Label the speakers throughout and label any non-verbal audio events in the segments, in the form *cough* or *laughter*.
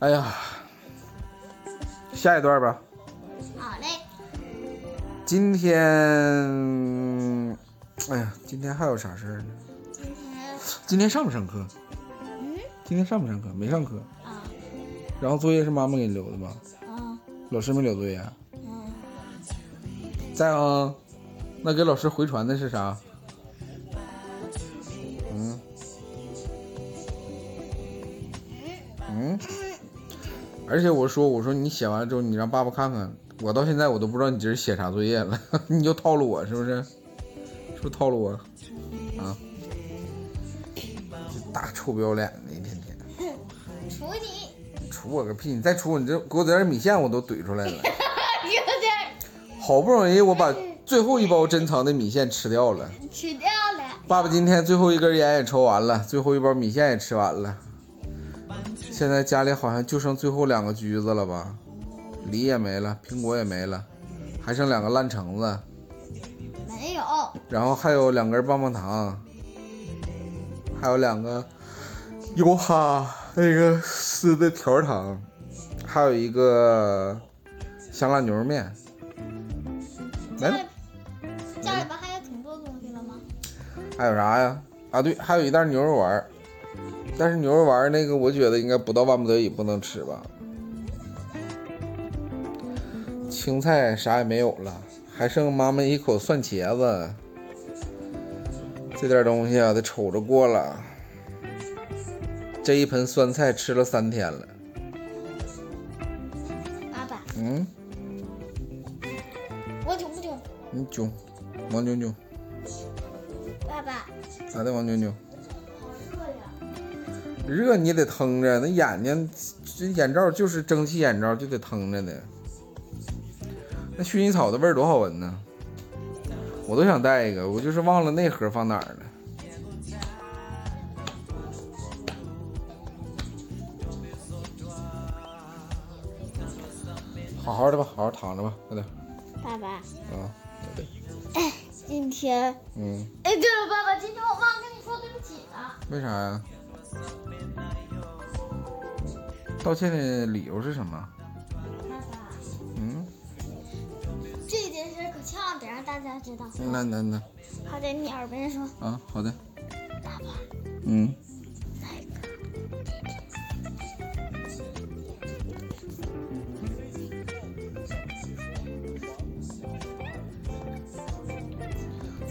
Speaker 1: 哎呀，下一段吧。
Speaker 2: 好嘞，
Speaker 1: 今天，哎呀，今天还有啥事儿呢？
Speaker 2: 今天
Speaker 1: 今天上不上课？
Speaker 2: 嗯
Speaker 1: 今天上不上课？没上课。
Speaker 2: 啊
Speaker 1: 然后作业是妈妈给你留的吧？
Speaker 2: 啊
Speaker 1: 老师没留作业啊。
Speaker 2: 嗯，
Speaker 1: 在啊，那给老师回传的是啥？嗯，嗯，而且我说，我说你写完了之后，你让爸爸看看，我到现在我都不知道你今儿写啥作业了， *laughs* 你就套路我是不是？是不是套路我？啊，这大臭不要脸的，一天天
Speaker 2: 处嗯你，
Speaker 1: 杵我个屁！你再杵我，你这给我整点米线我都怼出来了。
Speaker 2: 有点
Speaker 1: 好不容易我把最后一包珍藏的米线吃掉了。
Speaker 2: 吃掉了，
Speaker 1: 爸爸今天最后一根烟也抽完了，最后一包米线也吃完了，现在家里好像就剩最后两个橘子了吧？梨也没了，苹果也没了，还剩两个烂橙子，
Speaker 2: 没有，
Speaker 1: 然后还有两根棒棒糖，还有两个油哈那个丝的条糖，还有一个香辣牛肉面。来
Speaker 2: 家
Speaker 1: 吧
Speaker 2: 里家里边还有挺多东西了吗？
Speaker 1: 还有啥呀？啊，对，还有一袋牛肉丸儿，但是牛肉丸儿那个，我觉得应该不到万不得已不能吃吧。青菜啥也没有了，还剩妈妈一口蒜茄子，这点东西啊，得瞅着过了。这一盆酸菜吃了三天了，
Speaker 2: 爸爸，
Speaker 1: 嗯，
Speaker 2: 我囧不囧？
Speaker 1: 你囧，王囧囧，
Speaker 2: 爸爸，
Speaker 1: 咋的，王囧囧？
Speaker 2: 饿了，
Speaker 1: 热你也得腾着，那眼睛这眼罩就是蒸汽眼罩就得腾着呢。那薰衣草的味儿多好闻呢，我都想带一个，我就是忘了那盒放哪儿了。好好的吧，好好躺着吧，快点
Speaker 2: 爸爸，
Speaker 1: 啊，快点，
Speaker 2: 今天，
Speaker 1: 嗯，
Speaker 2: 哎，对了，爸爸，今天我忘了跟你说对不起了。
Speaker 1: 为啥呀？道歉的理由是什么？
Speaker 2: 爸爸，
Speaker 1: 嗯，
Speaker 2: 这件事可千万别让大家知道。
Speaker 1: 那那那。
Speaker 2: 快在你耳边说，
Speaker 1: 啊，好的。
Speaker 2: 爸爸，
Speaker 1: 嗯，
Speaker 2: 来个。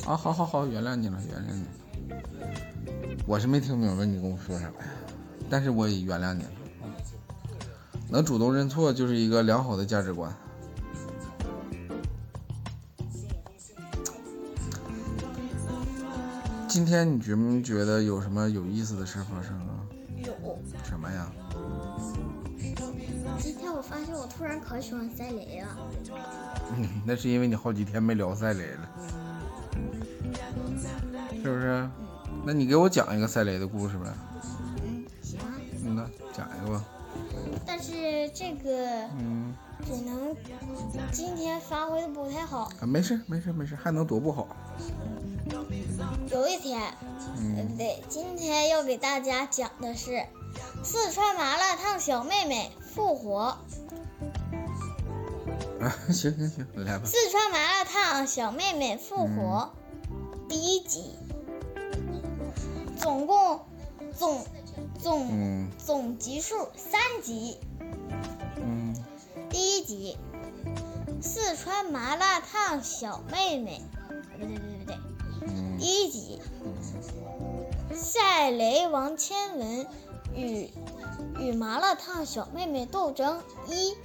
Speaker 1: 啊，好好好，原谅你了，原谅你了。我是没听明白你跟我说啥呀，但是我也原谅你了。能主动认错就是一个良好的价值观。今天你觉没觉得有什么有意思的事发生啊？
Speaker 2: 有，
Speaker 1: 什么呀？
Speaker 2: 今天我发现我突然可喜欢赛雷了。
Speaker 1: 嗯， *laughs* 那是因为你好几天没聊赛雷了，是不是？那你给我讲一个赛雷的故事呗？
Speaker 2: 嗯，行。
Speaker 1: 嗯那讲一个吧。
Speaker 2: 但是这个
Speaker 1: 嗯，
Speaker 2: 只能今天发挥的不太好。
Speaker 1: 啊，没事没事没事，还能多不好？
Speaker 2: 有一天，对不对？今天要给大家讲的是四川麻辣烫小妹妹复活。
Speaker 1: 啊， *laughs* 行行行，来吧。
Speaker 2: 四川麻辣烫小妹妹复活、第一集，总共总总
Speaker 1: 嗯
Speaker 2: 总集数三集。
Speaker 1: 嗯
Speaker 2: 第一集，四川麻辣烫小妹妹，啊不对不对不对，
Speaker 1: 嗯
Speaker 2: 第一集，赛雷王千文与与麻辣烫小妹妹斗争一。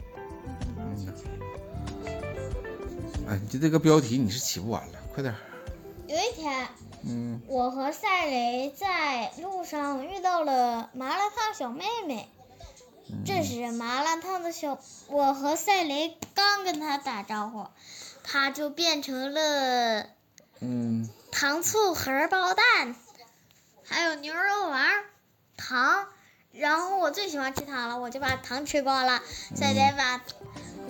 Speaker 1: 嗯。哎，你这个标题你是起不完了，快点儿。
Speaker 2: 有一天，
Speaker 1: 嗯
Speaker 2: 我和赛雷在路上遇到了麻辣烫小妹妹。这时，麻辣烫的小我和赛雷刚跟她打招呼，她就变成了
Speaker 1: 嗯
Speaker 2: 糖醋荷包蛋，还有牛肉丸儿、糖。然后我最喜欢吃糖了，我就把糖吃光了，再得把。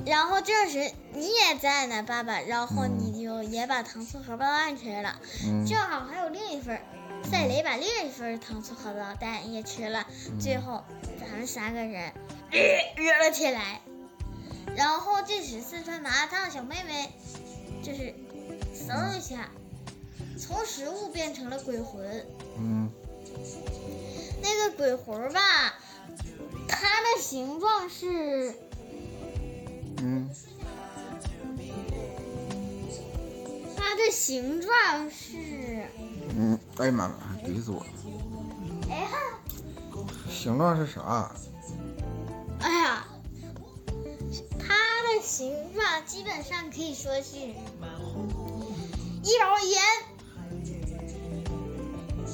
Speaker 2: 然后这时你也在呢，爸爸，然后你就也把糖醋荷包蛋吃了。
Speaker 1: 嗯
Speaker 2: 正好还有另一份儿，赛雷把另一份儿糖醋荷包蛋也吃了。最后咱们三个人热、呃、了起来。然后这时四川麻辣烫小妹妹就是嗖一下，从食物变成了鬼魂。
Speaker 1: 嗯
Speaker 2: 那个鬼魂儿吧，它的形状是
Speaker 1: 嗯
Speaker 2: 它的形状是，
Speaker 1: 嗯，哎呀妈呀，怼死我了！
Speaker 2: 哎呀，
Speaker 1: 形状是啥？
Speaker 2: 哎呀，它的形状基本上可以说是一包烟。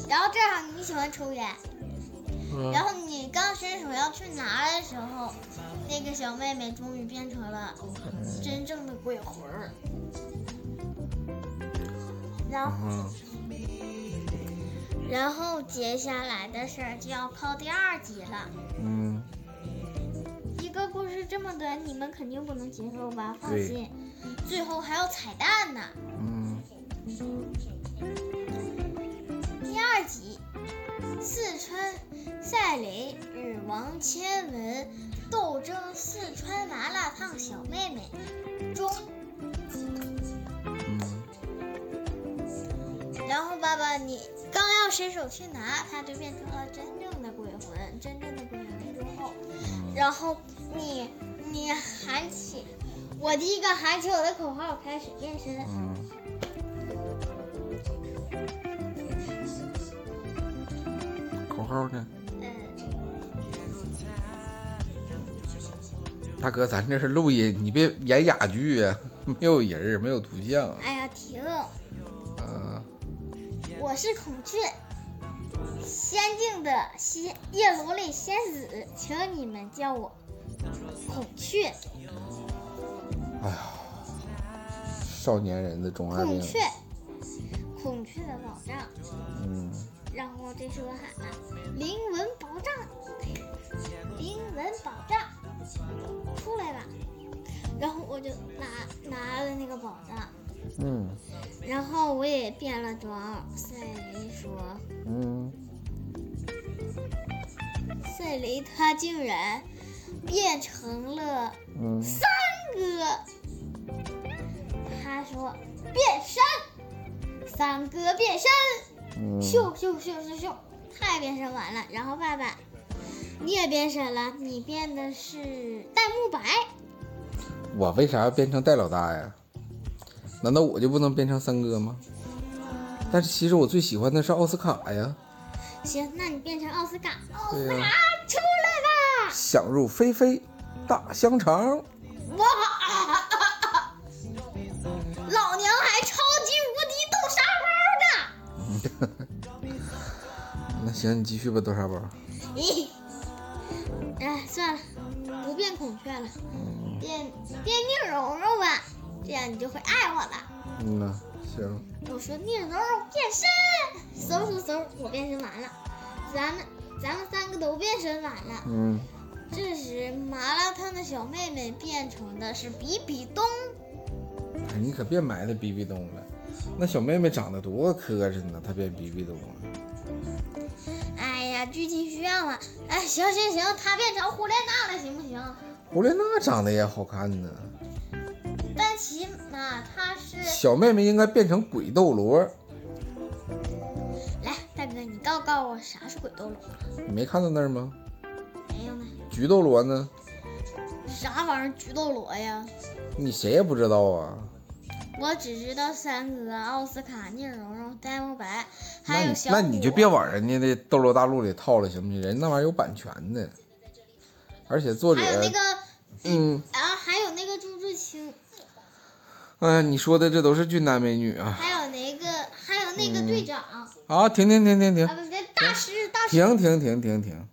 Speaker 2: 然后正好你喜欢抽烟，然后你刚伸手要去拿的时候，那个小妹妹终于变成了真正的鬼魂儿。然后，
Speaker 1: 嗯，
Speaker 2: 然后接下来的事儿就要靠第二集了。
Speaker 1: 嗯，
Speaker 2: 一个故事这么短，你们肯定不能接受吧？放
Speaker 1: 对
Speaker 2: 心，最后还有彩蛋呢。
Speaker 1: 嗯，
Speaker 2: 第二集，四川赛雷与王千文斗争四川麻辣烫小妹妹中，
Speaker 1: 嗯，
Speaker 2: 然后爸爸你刚要伸手去拿，他就变成了真正的鬼魂，真正的鬼魂之后，然后你你喊起我第一个喊起我的口号开始变呃身，
Speaker 1: 嗯，口号呢？
Speaker 2: 嗯，
Speaker 1: 大哥，咱这是录音，你别演哑剧啊，没有人儿，没有图像啊。
Speaker 2: 哎呀停，
Speaker 1: 呃
Speaker 2: 我是孔雀，仙境的仙夜罗里仙子，请你们叫我孔雀。
Speaker 1: 少年人的中二
Speaker 2: 孔
Speaker 1: 病。
Speaker 2: 雀，孔雀的保障。
Speaker 1: 嗯
Speaker 2: 然后这时我喊了：“灵文保障，灵文保障，出来吧！”然后我就拿拿了那个宝藏，
Speaker 1: 嗯
Speaker 2: 然后我也变了装。赛雷说
Speaker 1: 嗯，：“
Speaker 2: 赛雷他竟然变成了。”
Speaker 1: 嗯，
Speaker 2: 三哥，他说变身，三哥变身，
Speaker 1: 嗯，
Speaker 2: 咻咻咻咻咻，他也变身完了。然后爸爸，你也变身了，你变的是戴沐白，
Speaker 1: 我为啥要变成戴老大呀？难道我就不能变成三哥吗？但是其实我最喜欢的是奥斯卡呀。
Speaker 2: 行，那你变成奥斯卡，奥斯
Speaker 1: 对呀、
Speaker 2: 卡出来吧！
Speaker 1: 想入非非，大香肠。
Speaker 2: 哇，老娘还超级无敌豆沙包呢！
Speaker 1: 那行，你继续吧，豆沙包。
Speaker 2: 咦，哎，算了，不变孔雀了，变变宁荣荣吧，这样你就会爱我了。
Speaker 1: 嗯呐，行，
Speaker 2: 我说宁荣荣变身，嗖嗖嗖，我变身完了，咱们咱们三个都变身完了。
Speaker 1: 嗯
Speaker 2: 这时麻辣烫的小妹妹变成的是比比东，
Speaker 1: 哎，你可别埋汰比比东了。那小妹妹长得多磕碜呢，她变比比东了。
Speaker 2: 哎呀，剧情需要啊，哎，行行行，她变成胡莲娜了，行不行？
Speaker 1: 胡莲娜长得也好看呢。
Speaker 2: 但起码她是，
Speaker 1: 小妹妹应该变成鬼斗罗，
Speaker 2: 来，大哥，你告告我啥是鬼斗罗？
Speaker 1: 你没看到那儿吗？
Speaker 2: 没有呢。
Speaker 1: 菊斗罗呢？
Speaker 2: 啥玩意儿菊斗罗呀？
Speaker 1: 你谁也不知道啊。
Speaker 2: 我只知道三哥、奥斯卡、聂荣荣、戴沐白，还
Speaker 1: 那
Speaker 2: 有
Speaker 1: 你
Speaker 2: 小
Speaker 1: 那
Speaker 2: 虎啊
Speaker 1: 你就别往人家的《斗罗大陆》里套了，行不行？人那玩意儿有版权的，而且作者，
Speaker 2: 还有那个
Speaker 1: 嗯，
Speaker 2: 啊，还有那个朱自清，
Speaker 1: 哎呀，你说的这都是俊男美女啊！
Speaker 2: 还有那个还有那个队长、
Speaker 1: 嗯啊，停停停停停
Speaker 2: 啊，不对，大师大师
Speaker 1: 停停停停停，